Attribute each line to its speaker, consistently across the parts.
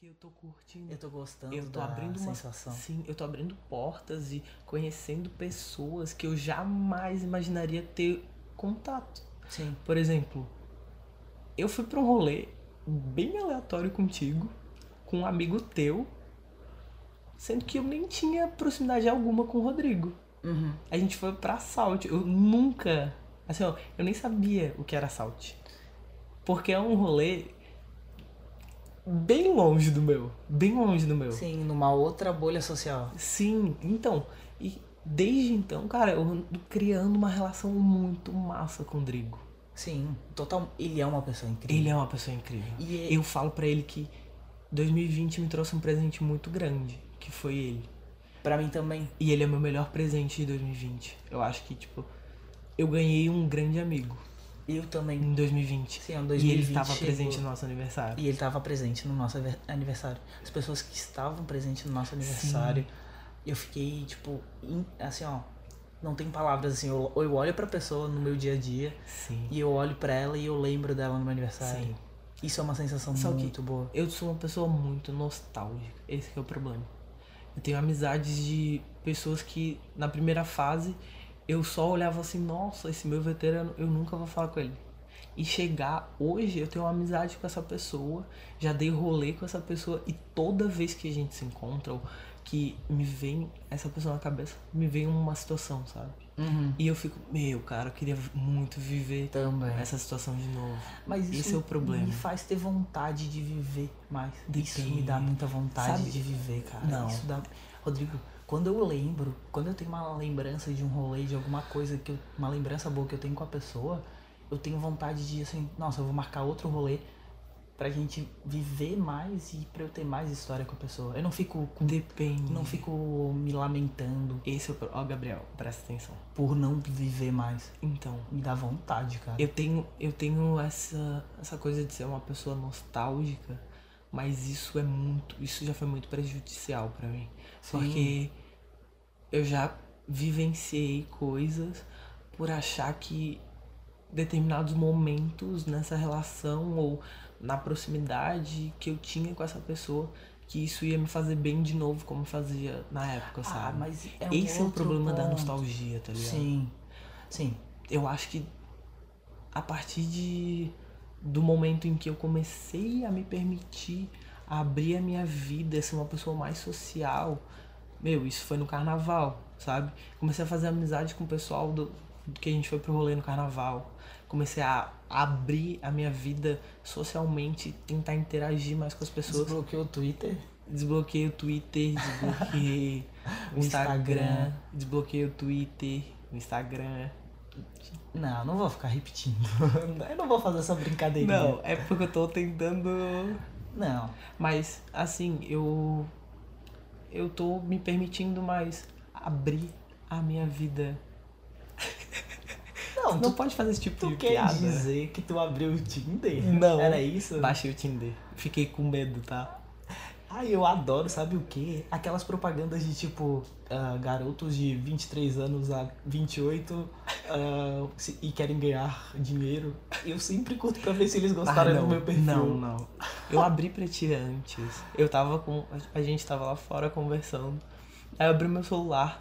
Speaker 1: que eu tô curtindo.
Speaker 2: Eu tô gostando
Speaker 1: Eu tô
Speaker 2: da
Speaker 1: abrindo uma
Speaker 2: sensação.
Speaker 1: Sim, eu tô abrindo portas e conhecendo pessoas que eu jamais imaginaria ter contato.
Speaker 2: Sim.
Speaker 1: Por exemplo, eu fui pra um rolê bem aleatório contigo, com um amigo teu, sendo que eu nem tinha proximidade alguma com o Rodrigo.
Speaker 2: Uhum.
Speaker 1: A gente foi pra Salt. Eu nunca. Assim, ó, eu nem sabia o que era Salt. Porque é um rolê bem longe do meu. Bem longe do meu. Sim,
Speaker 2: Sim, numa outra bolha social.
Speaker 1: então. E desde então, cara, eu ando criando uma relação muito massa com o Drigo.
Speaker 2: Sim, total. Ele é uma pessoa incrível.
Speaker 1: Ele é uma pessoa incrível.
Speaker 2: E é-
Speaker 1: Eu falo pra ele que 2020 me trouxe um presente muito grande, que foi ele.
Speaker 2: Pra mim também.
Speaker 1: E ele é meu melhor presente de 2020. Eu acho que, tipo, eu ganhei um grande amigo.
Speaker 2: Eu também.
Speaker 1: em 2020.
Speaker 2: Sim, é um
Speaker 1: E
Speaker 2: 2020
Speaker 1: ele estava
Speaker 2: chegou.
Speaker 1: presente no nosso aniversário.
Speaker 2: E ele tava presente no nosso aver- aniversário. As pessoas que estavam presentes no nosso aniversário. Eu fiquei, tipo, in- assim, ó. Não tem palavras assim. Eu, eu olho pra pessoa no meu dia a dia.
Speaker 1: Sim.
Speaker 2: E eu olho pra ela e eu lembro dela no meu aniversário.
Speaker 1: Sim.
Speaker 2: Isso é uma sensação
Speaker 1: Só que-
Speaker 2: muito boa.
Speaker 1: Eu sou uma pessoa muito nostálgica. Esse que é o problema. Eu tenho amizades de pessoas que na primeira fase eu só olhava assim, nossa, esse meu veterano, eu nunca vou falar com ele. E chegar hoje, eu tenho uma amizade com essa pessoa, já dei rolê com essa pessoa e toda vez que a gente se encontra ou que me vem essa pessoa na cabeça, me vem uma situação, sabe?
Speaker 2: Uhum.
Speaker 1: E eu fico, meu, cara, eu queria muito viver
Speaker 2: Também.
Speaker 1: essa situação de novo.
Speaker 2: Mas isso
Speaker 1: Esse é o problema.
Speaker 2: me faz ter vontade de viver mais. Isso
Speaker 1: Depende.
Speaker 2: me dá muita vontade
Speaker 1: Sabe?
Speaker 2: de viver, cara.
Speaker 1: Não.
Speaker 2: Isso dá... Rodrigo, quando eu lembro, quando eu tenho uma lembrança de um rolê, de alguma coisa, que eu- uma lembrança boa que eu tenho com a pessoa, eu tenho vontade de, assim, nossa, eu vou marcar outro rolê pra gente viver mais e pra eu ter mais história com a pessoa. Eu não fico, com-
Speaker 1: Depende.
Speaker 2: não fico me lamentando
Speaker 1: Esse é o. pro- Ó, Gabriel, presta atenção.
Speaker 2: por não viver mais.
Speaker 1: Então,
Speaker 2: Me dá vontade, cara.
Speaker 1: eu tenho, eu tenho essa, essa coisa de ser uma pessoa nostálgica, mas isso é muito. Isso já foi muito prejudicial pra mim.
Speaker 2: Sim.
Speaker 1: Porque eu já vivenciei coisas por achar que determinados momentos nessa relação ou na proximidade que eu tinha com essa pessoa, que isso ia me fazer bem de novo, como fazia na época,
Speaker 2: Ah,
Speaker 1: sabe?
Speaker 2: mas é um
Speaker 1: Esse é o
Speaker 2: outro
Speaker 1: problema da
Speaker 2: ponto.
Speaker 1: nostalgia, tá ligado?
Speaker 2: Sim. Sim.
Speaker 1: Eu acho que a partir de do momento em que eu comecei a me permitir a abrir a minha vida, ser uma pessoa mais social, meu, isso foi no carnaval, sabe? Comecei a fazer amizade com o pessoal do que a gente foi pro rolê no carnaval. Comecei a abrir a minha vida socialmente, tentar interagir mais com as pessoas.
Speaker 2: Desbloqueou o Twitter?
Speaker 1: Desbloqueei o Twitter, desbloqueei o
Speaker 2: O Instagram.
Speaker 1: Instagram, desbloqueei o Twitter, o Instagram.
Speaker 2: Não, não vou ficar repetindo. eu não vou fazer essa brincadeirinha.
Speaker 1: Não, é porque eu tô tentando.
Speaker 2: Não.
Speaker 1: Mas, assim, eu. Eu tô me permitindo mais abrir a minha vida.
Speaker 2: Não,
Speaker 1: Não
Speaker 2: tu,
Speaker 1: pode fazer esse tipo
Speaker 2: tu
Speaker 1: de
Speaker 2: quer
Speaker 1: piada.
Speaker 2: dizer que tu abriu o Tinder?
Speaker 1: Não.
Speaker 2: Era isso?
Speaker 1: Baixei o Tinder. Fiquei com medo, tá?
Speaker 2: Ai, eu adoro, sabe o quê? Aquelas propagandas de tipo, ah, garotos de 23 anos a 28 ah, se- e querem ganhar dinheiro. Eu sempre curto pra ver se eles gostaram
Speaker 1: Ah,
Speaker 2: do meu perfil.
Speaker 1: Não, não. Eu abri pra ti antes. Eu tava com. A gente tava lá fora conversando. Aí eu abri meu celular.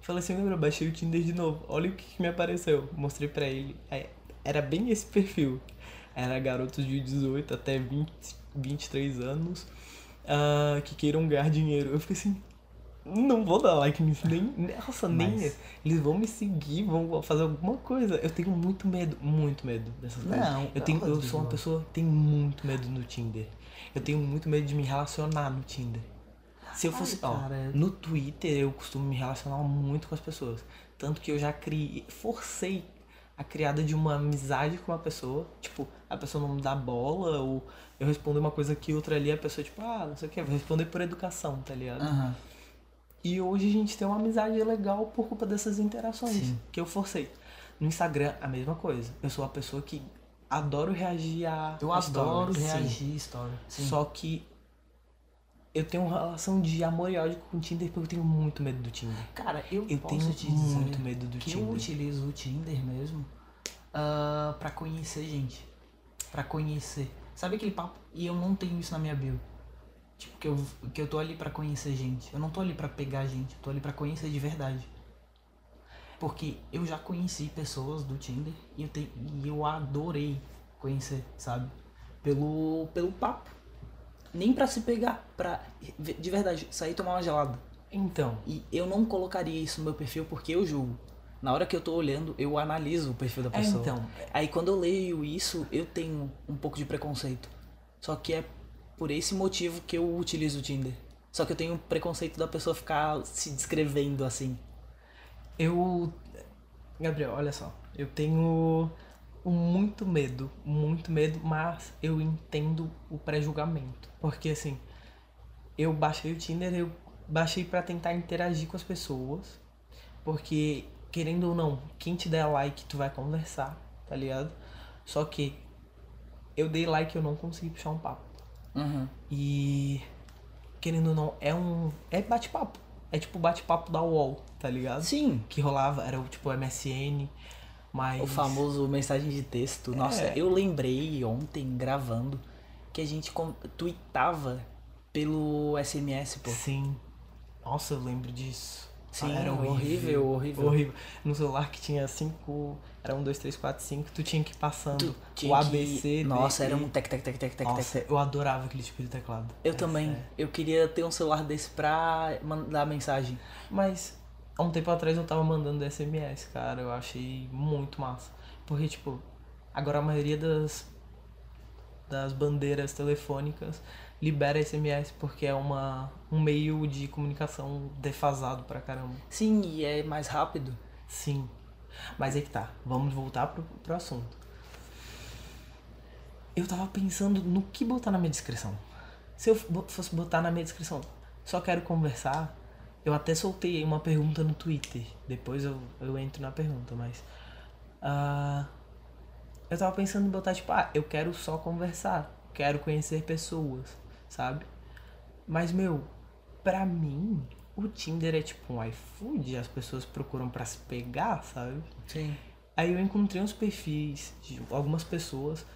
Speaker 1: Falei assim, Gabriel, baixei o Tinder de novo. Olha o que, que me apareceu. Mostrei pra ele. Aí, era bem esse perfil. Era garotos de 18 até 20, 23 anos ah, que queiram ganhar dinheiro. Eu fiquei assim. Não vou dar like nisso, nem. Nossa, nem.
Speaker 2: Mas-
Speaker 1: Eles vão me seguir, vão fazer alguma coisa. Eu tenho muito medo, muito medo dessas coisas.
Speaker 2: Não,
Speaker 1: Eu, tenho,
Speaker 2: não,
Speaker 1: eu
Speaker 2: Rodrigo.
Speaker 1: sou uma pessoa que tem muito medo no Tinder. Eu tenho muito medo de me relacionar no Tinder. Se eu
Speaker 2: Ai,
Speaker 1: fosse. ó,
Speaker 2: cara.
Speaker 1: no Twitter eu costumo me relacionar muito com as pessoas. Tanto que eu já criei. Forcei a criada de uma amizade com uma pessoa. Tipo, a pessoa não me dá bola, ou eu respondo uma coisa aqui, outra ali, a pessoa, tipo, ah, não sei o que, vou responder por educação, tá ligado?
Speaker 2: Aham.
Speaker 1: E hoje a gente tem uma amizade legal por culpa dessas interações
Speaker 2: Sim.
Speaker 1: que eu forcei. No Instagram, a mesma coisa. Eu sou uma pessoa que adoro reagir a.
Speaker 2: Eu
Speaker 1: a
Speaker 2: adoro
Speaker 1: stories, sim.
Speaker 2: reagir a história. Sim.
Speaker 1: Só que eu tenho uma relação de amor e ódio com o Tinder porque eu tenho muito medo do Tinder.
Speaker 2: Cara, eu,
Speaker 1: Eu
Speaker 2: posso
Speaker 1: tenho
Speaker 2: te dizer
Speaker 1: muito medo do
Speaker 2: que eu
Speaker 1: Tinder.
Speaker 2: utilizo o Tinder mesmo ah, pra conhecer gente. Pra conhecer. Sabe aquele papo? E eu não tenho isso na minha bio. Tipo, que eu, que eu tô ali pra conhecer gente. Eu não tô ali pra pegar gente, eu tô ali pra conhecer de verdade. Porque eu já conheci pessoas do Tinder e eu, te, e eu adorei conhecer, sabe? Pelo, pelo papo. Nem pra se pegar, pra de verdade sair tomar uma gelada.
Speaker 1: Então,
Speaker 2: E eu não colocaria isso no meu perfil porque eu julgo. Na hora que eu tô olhando, eu analiso o perfil da
Speaker 1: é,
Speaker 2: pessoa.
Speaker 1: então,
Speaker 2: Aí quando eu leio isso, eu tenho um pouco de preconceito. Só que é por esse motivo que eu utilizo o Tinder. Só que eu tenho um preconceito da pessoa ficar se descrevendo assim.
Speaker 1: Eu. Gabriel, olha só. Eu tenho muito medo, muito medo, mas eu entendo o pré-julgamento. Porque assim, eu baixei o Tinder, eu baixei pra tentar interagir com as pessoas. Porque, querendo ou não, quem te der like, tu vai conversar, tá ligado? Só que eu dei like e eu não consegui puxar um papo.
Speaker 2: Uhum.
Speaker 1: E querendo ou não, é um. É bate-papo. É tipo bate-papo da UOL, tá ligado?
Speaker 2: Sim.
Speaker 1: que rolava era o tipo MSN, mas.
Speaker 2: O famoso mensagem de texto. Nossa,
Speaker 1: É.
Speaker 2: eu lembrei ontem, gravando, que a gente com- tweetava pelo SMS, pô.
Speaker 1: Sim. Nossa, eu lembro disso.
Speaker 2: Sim,
Speaker 1: Ah, era horrível.
Speaker 2: horrível, horrível.
Speaker 1: Horrível. No celular que tinha cinco. Era um, dois, três, quatro, cinco, tu tinha que ir
Speaker 2: Tu
Speaker 1: passando
Speaker 2: tinha
Speaker 1: o
Speaker 2: que-
Speaker 1: ABC.
Speaker 2: Nossa,
Speaker 1: DE.
Speaker 2: era um tec, tec, tec, tec, tec, tec.
Speaker 1: Nossa, eu adorava aquele tipo de teclado. é.
Speaker 2: Eu
Speaker 1: Era
Speaker 2: também.
Speaker 1: sério.
Speaker 2: Eu queria ter um celular desse pra mandar mensagem.
Speaker 1: Mas há um tempo atrás eu tava mandando SMS, cara. Eu achei muito massa. Porque, tipo, agora a maioria das, das bandeiras telefônicas libera SMS porque é uma, um meio de comunicação defasado pra caramba.
Speaker 2: Sim, e é mais rápido.
Speaker 1: Sim. Mas é que tá. Vamos voltar pro, pro assunto. Eu tava pensando no que botar na minha descrição. Se eu bo- fosse botar na minha descrição, só quero conversar. Eu até soltei uma pergunta no Twitter. Depois eu, eu entro na pergunta, mas. ah, eu tava pensando em botar, tipo, ah, eu quero só conversar. Quero conhecer pessoas, sabe? Mas, meu, pra mim, o Tinder é tipo um iFood, as pessoas procuram pra se pegar, sabe?
Speaker 2: Sim.
Speaker 1: Aí eu encontrei uns perfis de algumas pessoas,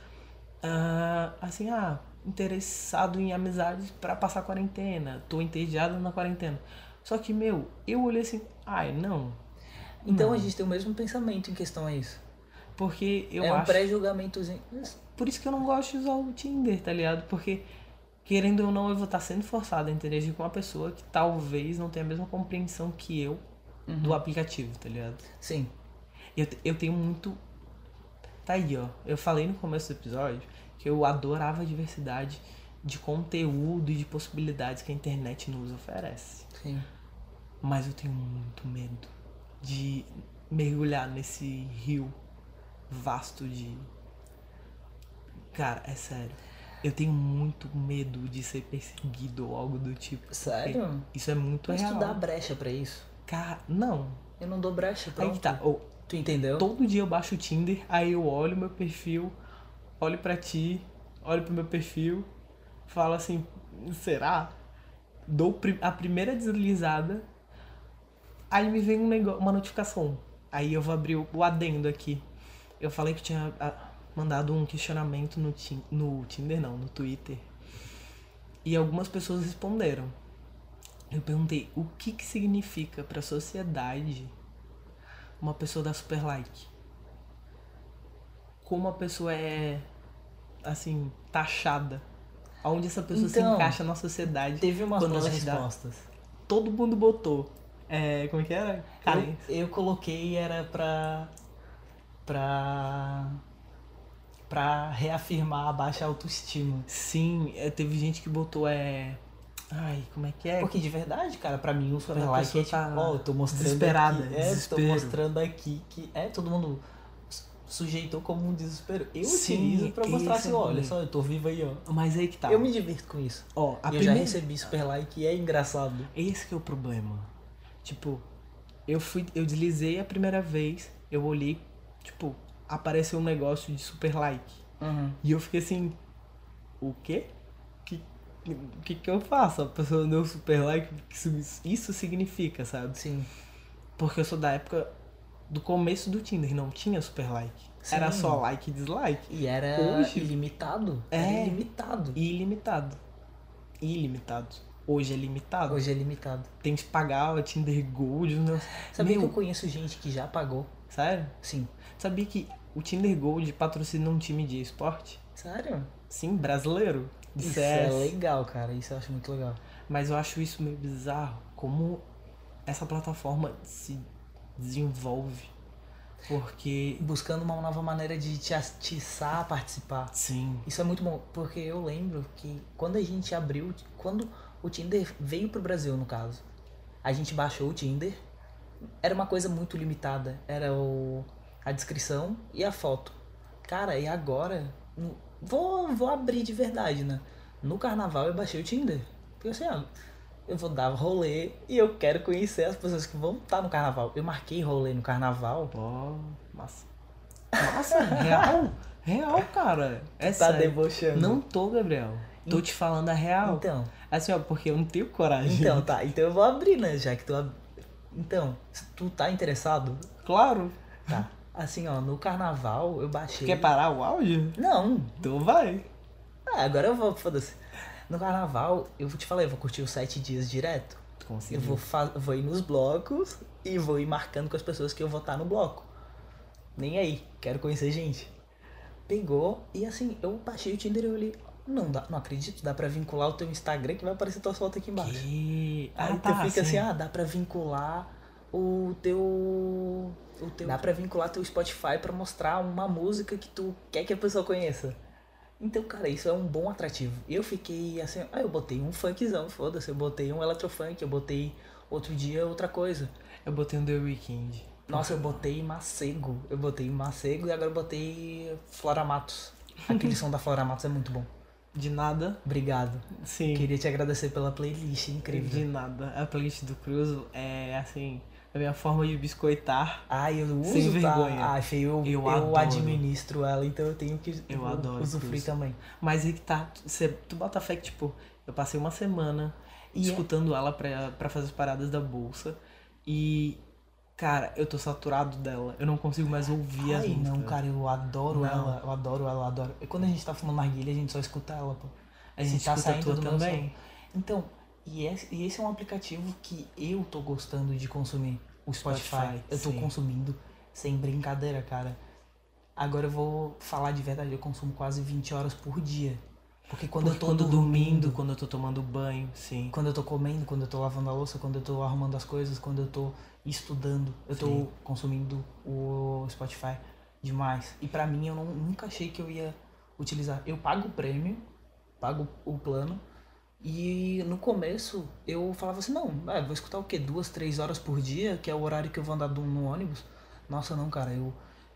Speaker 1: ah, assim, ah, interessado em amizades pra passar a quarentena, tô entediado na quarentena. Só que, meu, eu olhei assim, ai, não,
Speaker 2: Então a gente tem o mesmo pensamento em questão a isso.
Speaker 1: porque eu
Speaker 2: é um
Speaker 1: acho.
Speaker 2: pré-julgamentozinho.
Speaker 1: Por isso que eu não gosto de usar o Tinder, tá ligado? Porque, querendo ou não, eu vou estar sendo forçado a interagir com uma pessoa que talvez não tenha a mesma compreensão que eu
Speaker 2: Uhum.
Speaker 1: do aplicativo, tá ligado?
Speaker 2: Sim.
Speaker 1: Eu, te- eu tenho muito. Tá aí, ó. Eu falei no começo do episódio que eu adorava a diversidade de conteúdo e de possibilidades que a internet nos oferece.
Speaker 2: Sim.
Speaker 1: Mas eu tenho muito medo de mergulhar nesse rio vasto de. Cara, é sério. Eu tenho muito medo de ser perseguido ou algo do tipo.
Speaker 2: Sério?
Speaker 1: Isso é muito
Speaker 2: Mas tu
Speaker 1: real.
Speaker 2: dá brecha pra isso?
Speaker 1: Cara, não.
Speaker 2: Eu não dou brecha, pronto.
Speaker 1: Aí que tá. Ou-
Speaker 2: Tu entendeu?
Speaker 1: Todo dia eu baixo o Tinder, aí eu olho meu perfil, olho pra ti, olho pro meu perfil, falo assim, será? Dou pri- a primeira deslizada, aí me vem um negócio, uma notificação. Aí eu vou abrir o, o adendo aqui. Eu falei que tinha ah, mandado um questionamento no, Tin- no Tinder, não, no Twitter. E algumas pessoas responderam. Eu perguntei o que, que significa pra sociedade uma pessoa dá super like. Como a pessoa é, assim, taxada. Aonde essa pessoa se
Speaker 2: Então,
Speaker 1: encaixa na sociedade.
Speaker 2: Teve umas
Speaker 1: Quando
Speaker 2: boas
Speaker 1: ela te dá-
Speaker 2: respostas.
Speaker 1: Todo mundo botou. É, como é que era? Karen.
Speaker 2: Eu, eu coloquei era pra. pra. pra reafirmar a baixa autoestima.
Speaker 1: Sim, é, teve gente que botou é. Ai, como é que é?
Speaker 2: Porque de verdade, cara, pra mim o super
Speaker 1: Quando a
Speaker 2: like é
Speaker 1: pessoa
Speaker 2: tipo,
Speaker 1: tá
Speaker 2: ó, eu tô mostrando
Speaker 1: desesperada,
Speaker 2: aqui, é, tô
Speaker 1: desespero.
Speaker 2: mostrando aqui que é todo mundo su- sujeitou como um desespero. Eu
Speaker 1: Sim,
Speaker 2: utilizo pra mostrar
Speaker 1: esse
Speaker 2: assim,
Speaker 1: é
Speaker 2: ó, olha
Speaker 1: ruim.
Speaker 2: só, eu tô vivo aí, ó.
Speaker 1: Mas aí que tá.
Speaker 2: Eu me divirto com isso.
Speaker 1: Ó, a
Speaker 2: e eu já
Speaker 1: primeira-
Speaker 2: recebi super like e é engraçado.
Speaker 1: Esse que é o problema. Tipo, eu fui, eu deslizei a primeira vez, eu olhei, tipo, apareceu um negócio de super like. E eu fiquei assim, o quê? Que o que, que eu faço? A pessoa deu super like, o que isso, isso significa, sabe?
Speaker 2: Sim.
Speaker 1: Porque eu sou da época do começo do Tinder, não tinha super like.
Speaker 2: Sim.
Speaker 1: Era só like e dislike.
Speaker 2: E era
Speaker 1: Hoje-
Speaker 2: ilimitado.
Speaker 1: É.
Speaker 2: Era ilimitado.
Speaker 1: E ilimitado. ilimitado. Hoje é limitado.
Speaker 2: Hoje é limitado.
Speaker 1: Tem que pagar o Tinder Gold. um negócio-
Speaker 2: Sabia
Speaker 1: Meu,
Speaker 2: que eu conheço gente que já pagou?
Speaker 1: Sério?
Speaker 2: Sim.
Speaker 1: Sabia que o Tinder Gold patrocina um time de esporte?
Speaker 2: Sério?
Speaker 1: Sim, brasileiro. De
Speaker 2: Isso é
Speaker 1: CS.
Speaker 2: legal, cara. Isso eu acho muito legal.
Speaker 1: Mas eu acho isso meio bizarro. Como essa plataforma se desenvolve. Porque.
Speaker 2: Buscando uma nova maneira de te atiçar a participar.
Speaker 1: Sim.
Speaker 2: Isso é muito bom, porque eu lembro que quando a gente abriu, quando o Tinder veio pro Brasil, no caso, a gente baixou o Tinder, era uma coisa muito limitada, era o, a descrição e a foto. Cara, e agora, no- vou, vou abrir de verdade, né? No carnaval eu baixei o Tinder, porque assim, ó, eu vou dar rolê e eu quero conhecer as pessoas que vão estar no carnaval. Eu marquei rolê no carnaval,
Speaker 1: Ó, massa. Massa, real? Real, cara. É
Speaker 2: tá
Speaker 1: sério.
Speaker 2: debochando.
Speaker 1: Não tô, Gabriel. Tô te falando a real.
Speaker 2: Então,
Speaker 1: Assim, ó, porque eu não tenho coragem.
Speaker 2: Então, tá. Então eu vou abrir, né? Já que tu ab... Então, se tu tá interessado,
Speaker 1: Claro.
Speaker 2: tá. Assim, ó, no carnaval eu baixei.
Speaker 1: Quer parar o áudio?
Speaker 2: Não.
Speaker 1: Então vai.
Speaker 2: Ah, agora eu vou, foda-se. No carnaval, eu te falei, eu vou curtir os sete dias direto. Eu
Speaker 1: Conseguiu.
Speaker 2: vou, fa... vou ir nos blocos e vou ir marcando com as pessoas que eu vou estar no bloco. Nem aí, quero conhecer gente. Pegou e assim, eu baixei o Tinder e eu olhei. Não, dá, não acredito, dá pra vincular o teu Instagram que vai aparecer tua foto aqui embaixo.
Speaker 1: Que...
Speaker 2: Aí
Speaker 1: Ah,
Speaker 2: tu
Speaker 1: tá,
Speaker 2: fica
Speaker 1: sim.
Speaker 2: assim, ah, dá pra vincular o teu, o teu. Dá pra vincular teu Spotify pra mostrar uma música que tu quer que a pessoa conheça. Então, cara, isso é um bom atrativo. Eu fiquei assim, ah, eu botei um funkzão, foda-se, eu botei um eletrofunk, eu botei outro dia outra coisa.
Speaker 1: Eu botei um The Weeknd.
Speaker 2: Nossa, eu botei macego, eu botei macego e agora eu botei Flora Matos. Aquele som da Flora Matos é muito bom.
Speaker 1: De nada.
Speaker 2: Obrigado.
Speaker 1: Sim.
Speaker 2: Queria te agradecer pela playlist incrível.
Speaker 1: De nada. A playlist do Cruzo é, assim, a minha forma de biscoitar.
Speaker 2: Ai, eu uso,
Speaker 1: Sem
Speaker 2: tá?
Speaker 1: vergonha.
Speaker 2: Ai, feio, eu,
Speaker 1: Eu
Speaker 2: eu,
Speaker 1: adoro.
Speaker 2: administro ela, então eu tenho que
Speaker 1: Eu adoro
Speaker 2: usufruir
Speaker 1: isso.
Speaker 2: também.
Speaker 1: Mas aí que tá. Cê, tu bota fé que, tipo, eu passei uma semana
Speaker 2: E é-
Speaker 1: escutando ela pra, pra fazer as paradas da bolsa. E, cara, eu tô saturado dela. Eu não consigo mais ouvir as
Speaker 2: Ai,
Speaker 1: músicas.
Speaker 2: não, cara, eu adoro
Speaker 1: Não.
Speaker 2: ela, eu adoro ela, eu adoro. E quando a gente tá fumando narguilha, a gente só escuta ela, pô.
Speaker 1: A gente
Speaker 2: Se tá
Speaker 1: escuta a
Speaker 2: saindo
Speaker 1: tua
Speaker 2: do meu
Speaker 1: também.
Speaker 2: som. Então, e esse, e esse é um aplicativo que eu tô gostando de consumir, o Spotify.
Speaker 1: Spotify,
Speaker 2: eu tô
Speaker 1: sim.
Speaker 2: consumindo sem brincadeira, cara. Agora eu vou falar de verdade, eu consumo quase 20 horas por dia. Porque quando
Speaker 1: Porque
Speaker 2: eu tô
Speaker 1: quando
Speaker 2: dormindo
Speaker 1: dormindo, quando eu tô tomando banho, sim.
Speaker 2: Quando eu tô comendo, quando eu tô lavando a louça, quando eu tô arrumando as coisas, quando eu tô estudando, eu
Speaker 1: Sim.
Speaker 2: tô consumindo o Spotify demais. E pra mim eu não- nunca achei que eu ia utilizar. Eu pago o prêmio, pago o plano. E no começo eu falava assim, não, ah, vou escutar o quê? Duas, três horas por dia, que é o horário que eu vou andar do- no ônibus. Nossa, não, cara, eu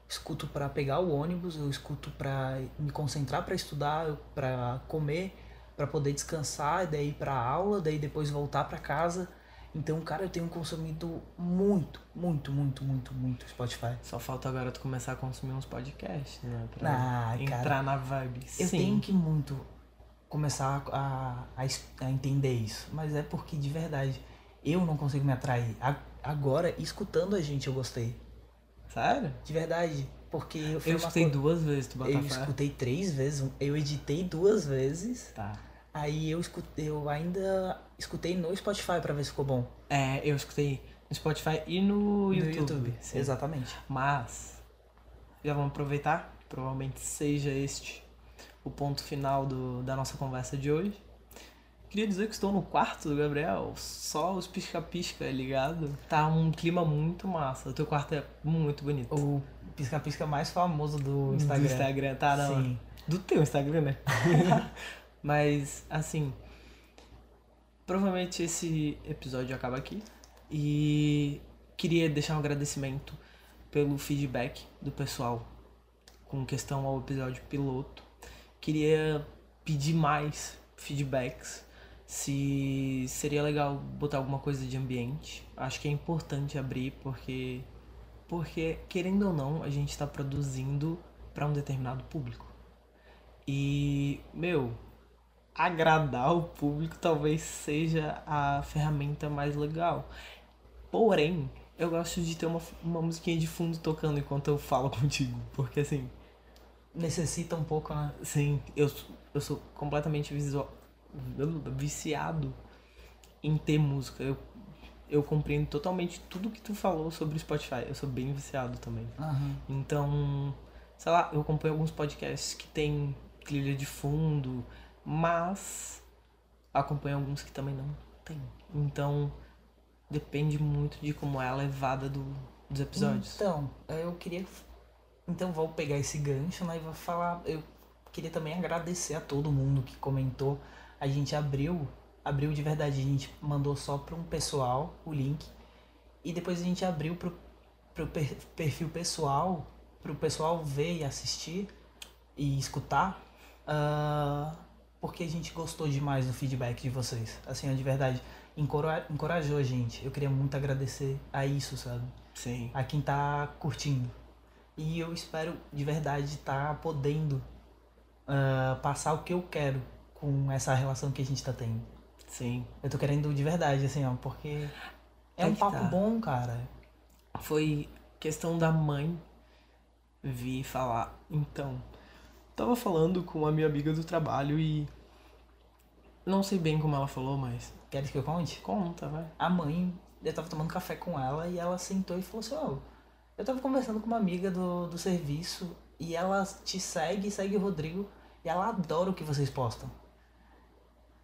Speaker 2: escuto pra pegar o ônibus, eu escuto pra me concentrar pra estudar, eu- pra comer, pra poder descansar, e daí ir pra aula, daí depois voltar pra casa. Então, cara, eu tenho consumido muito, muito, muito, muito, muito Spotify.
Speaker 1: Só falta agora tu começar a consumir uns podcasts, né?
Speaker 2: Ah, cara.
Speaker 1: entrar na vibe.
Speaker 2: Eu
Speaker 1: Sim.
Speaker 2: tenho que muito começar a, a, es- a entender isso. Mas é porque, de verdade, eu não consigo me atrair. A- agora, escutando a gente, eu gostei.
Speaker 1: Sério?
Speaker 2: De verdade. Porque foi
Speaker 1: Eu
Speaker 2: uma
Speaker 1: escutei
Speaker 2: co-
Speaker 1: duas vezes tu
Speaker 2: Eu
Speaker 1: botar fé.
Speaker 2: escutei três vezes. um, Eu editei duas vezes.
Speaker 1: Tá.
Speaker 2: Aí eu, escutei, eu ainda escutei no Spotify pra ver se ficou bom.
Speaker 1: É, eu escutei no Spotify e no YouTube. sim.
Speaker 2: Exatamente.
Speaker 1: Mas, já vamos aproveitar, provavelmente seja este o ponto final do, da nossa conversa de hoje. Queria dizer que estou no quarto do Gabriel, só os pisca-pisca é ligado. Tá um clima muito massa. O teu quarto é muito bonito.
Speaker 2: O pisca-pisca mais famoso do Instagram.
Speaker 1: Do Instagram, tá? Da hora.
Speaker 2: Sim.
Speaker 1: Do teu Instagram, né? Mas, assim. Provavelmente esse episódio acaba aqui. E queria deixar um agradecimento pelo feedback do pessoal com questão ao episódio piloto. Queria pedir mais feedbacks. Se seria legal botar alguma coisa de ambiente. Acho que é importante abrir porque porque querendo ou não, a gente está produzindo para um determinado público. E, meu, agradar o público talvez seja a ferramenta mais legal. Porém, eu gosto de ter uma, uma musiquinha de fundo tocando enquanto eu falo contigo. Porque assim,
Speaker 2: Necessita um pouco, né?
Speaker 1: sim, eu, sou- eu sou completamente visual, viciado em ter música. Eu, eu compreendo totalmente tudo que tu falou sobre o Spotify. Eu sou bem viciado também.
Speaker 2: Aham.
Speaker 1: Então, sei lá, eu acompanho alguns podcasts que tem trilha de fundo, mas acompanho alguns que também não tem. Então, depende muito de como é a levada do, dos episódios.
Speaker 2: Então, é, eu queria. Então, vou pegar esse gancho, né? E vou falar. Eu queria também agradecer a todo mundo que comentou. A gente abriu, abriu de verdade. A gente mandou só para um pessoal o link. E depois a gente abriu pro, pro per- perfil pessoal, pro pessoal ver e assistir e escutar. ah, porque a gente gostou demais do feedback de vocês. Assim, ó, de verdade. encora- Encorajou a gente. Eu queria muito agradecer a isso, sabe?
Speaker 1: Sim.
Speaker 2: a quem tá curtindo. E eu espero de verdade estar podendo ah, passar o que eu quero com essa relação que a gente tá tendo.
Speaker 1: Sim.
Speaker 2: Eu tô querendo de verdade, assim, ó, porque é
Speaker 1: Aí
Speaker 2: um
Speaker 1: que
Speaker 2: papo
Speaker 1: tá.
Speaker 2: bom, cara.
Speaker 1: Foi questão da mãe vir falar. Então, tava falando com a minha amiga do trabalho e. Não sei bem como ela falou, mas.
Speaker 2: Queres que eu conte?
Speaker 1: Conta, vai.
Speaker 2: A mãe, eu tava tomando café com ela e ela sentou e falou assim: Ó, eu tava conversando com uma amiga do, do serviço e ela te segue, segue o Rodrigo e ela adora o que vocês postam.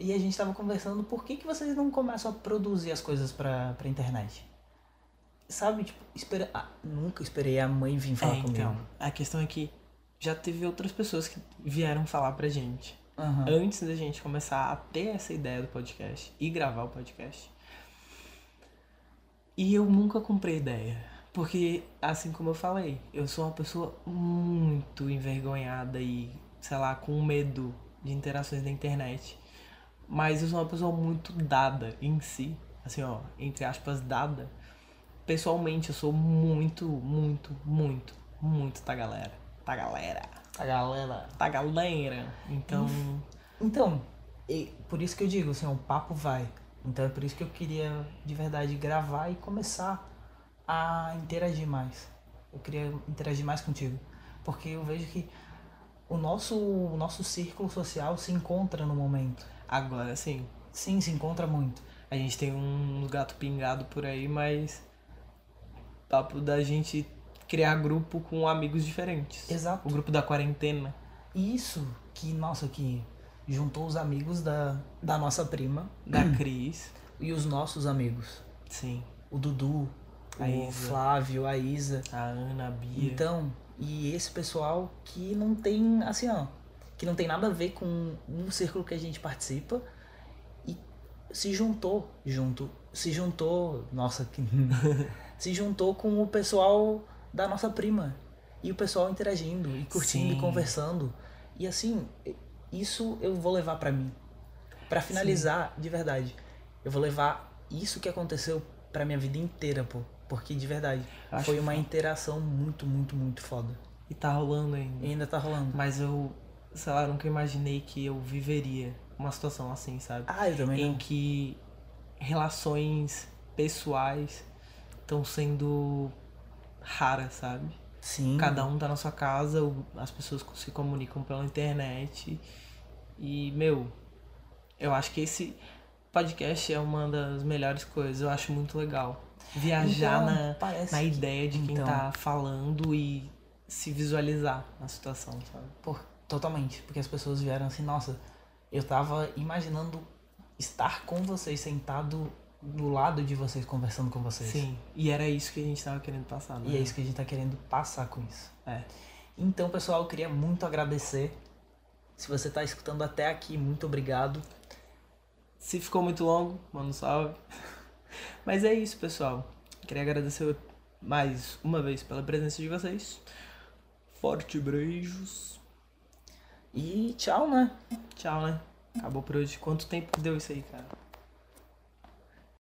Speaker 2: E a gente tava conversando por que, que vocês não começam a produzir as coisas pra, pra internet. Sabe, tipo, espera, ah, nunca esperei a mãe vir falar
Speaker 1: É,
Speaker 2: comigo.
Speaker 1: então. A questão é que já teve outras pessoas que vieram falar pra gente.
Speaker 2: Aham.
Speaker 1: Antes da gente começar a ter essa ideia do podcast e gravar o podcast. E eu nunca comprei ideia. Porque, assim como eu falei, eu sou uma pessoa muito envergonhada e, sei lá, com medo de interações na internet. Mas eu sou uma pessoa muito dada em si. Assim, ó, entre aspas, dada. Pessoalmente, eu sou muito, muito, muito, muito tá galera. Tá galera.
Speaker 2: A galera.
Speaker 1: Tá galera. Então.
Speaker 2: Então, e por isso que eu digo, assim, o papo vai. Então é por isso que eu queria de verdade gravar e começar a interagir mais. Eu queria interagir mais contigo, porque eu vejo que o nosso o nosso círculo social se encontra no momento.
Speaker 1: Agora sim,
Speaker 2: Sim, se encontra muito.
Speaker 1: a gente tem um gato pingado por aí, mas papo da gente criar grupo com amigos diferentes.
Speaker 2: Exato.
Speaker 1: O grupo da quarentena.
Speaker 2: E Isso que, nossa, que juntou os amigos da, da nossa prima
Speaker 1: Da Cris.
Speaker 2: e os nossos amigos.
Speaker 1: Sim.
Speaker 2: O Dudu,
Speaker 1: A
Speaker 2: o
Speaker 1: Isa.
Speaker 2: Flávio, a Isa.
Speaker 1: A Ana, a Bia.
Speaker 2: Então, e esse pessoal que não tem, assim, ó, que não tem nada a ver com um círculo que a gente participa e se juntou junto, se juntou, nossa, que se juntou com o pessoal da nossa prima e o pessoal interagindo e curtindo
Speaker 1: Sim.
Speaker 2: e conversando. E assim, isso eu vou levar pra mim. Pra finalizar, de verdade, eu vou levar isso que aconteceu pra minha vida inteira, pô. Porque de verdade,
Speaker 1: Acho
Speaker 2: foi uma interação muito, muito, muito foda.
Speaker 1: E tá rolando ainda.
Speaker 2: E ainda tá rolando.
Speaker 1: Mas eu, sei lá, nunca imaginei que eu viveria uma situação assim, sabe?
Speaker 2: Ah, eu também
Speaker 1: em
Speaker 2: não.
Speaker 1: que relações pessoais estão sendo raras, sabe?
Speaker 2: Sim.
Speaker 1: Cada um tá na sua casa, o- as pessoas co- se comunicam pela internet. E, meu, eu acho que esse podcast é uma das melhores coisas. Eu acho muito legal. Viajar
Speaker 2: Então,
Speaker 1: na,
Speaker 2: parece
Speaker 1: na
Speaker 2: que-
Speaker 1: ideia de quem
Speaker 2: então.
Speaker 1: tá falando e se visualizar na situação, sabe?
Speaker 2: Por- totalmente. Porque as pessoas vieram assim, nossa, eu tava imaginando estar com vocês, sentado do lado de vocês, conversando com vocês.
Speaker 1: Sim. E era isso que a gente tava querendo passar, né?
Speaker 2: E é isso que a gente tá querendo passar com isso.
Speaker 1: É.
Speaker 2: Então, pessoal, eu queria muito agradecer. Se você tá escutando até aqui, muito obrigado.
Speaker 1: Se ficou muito longo, manda um salve. Mas é isso, pessoal. Queria agradecer mais uma vez pela presença de vocês. Forte beijos.
Speaker 2: E tchau, né?
Speaker 1: né? Tchau, né? Acabou por hoje. Quanto tempo deu isso aí, cara?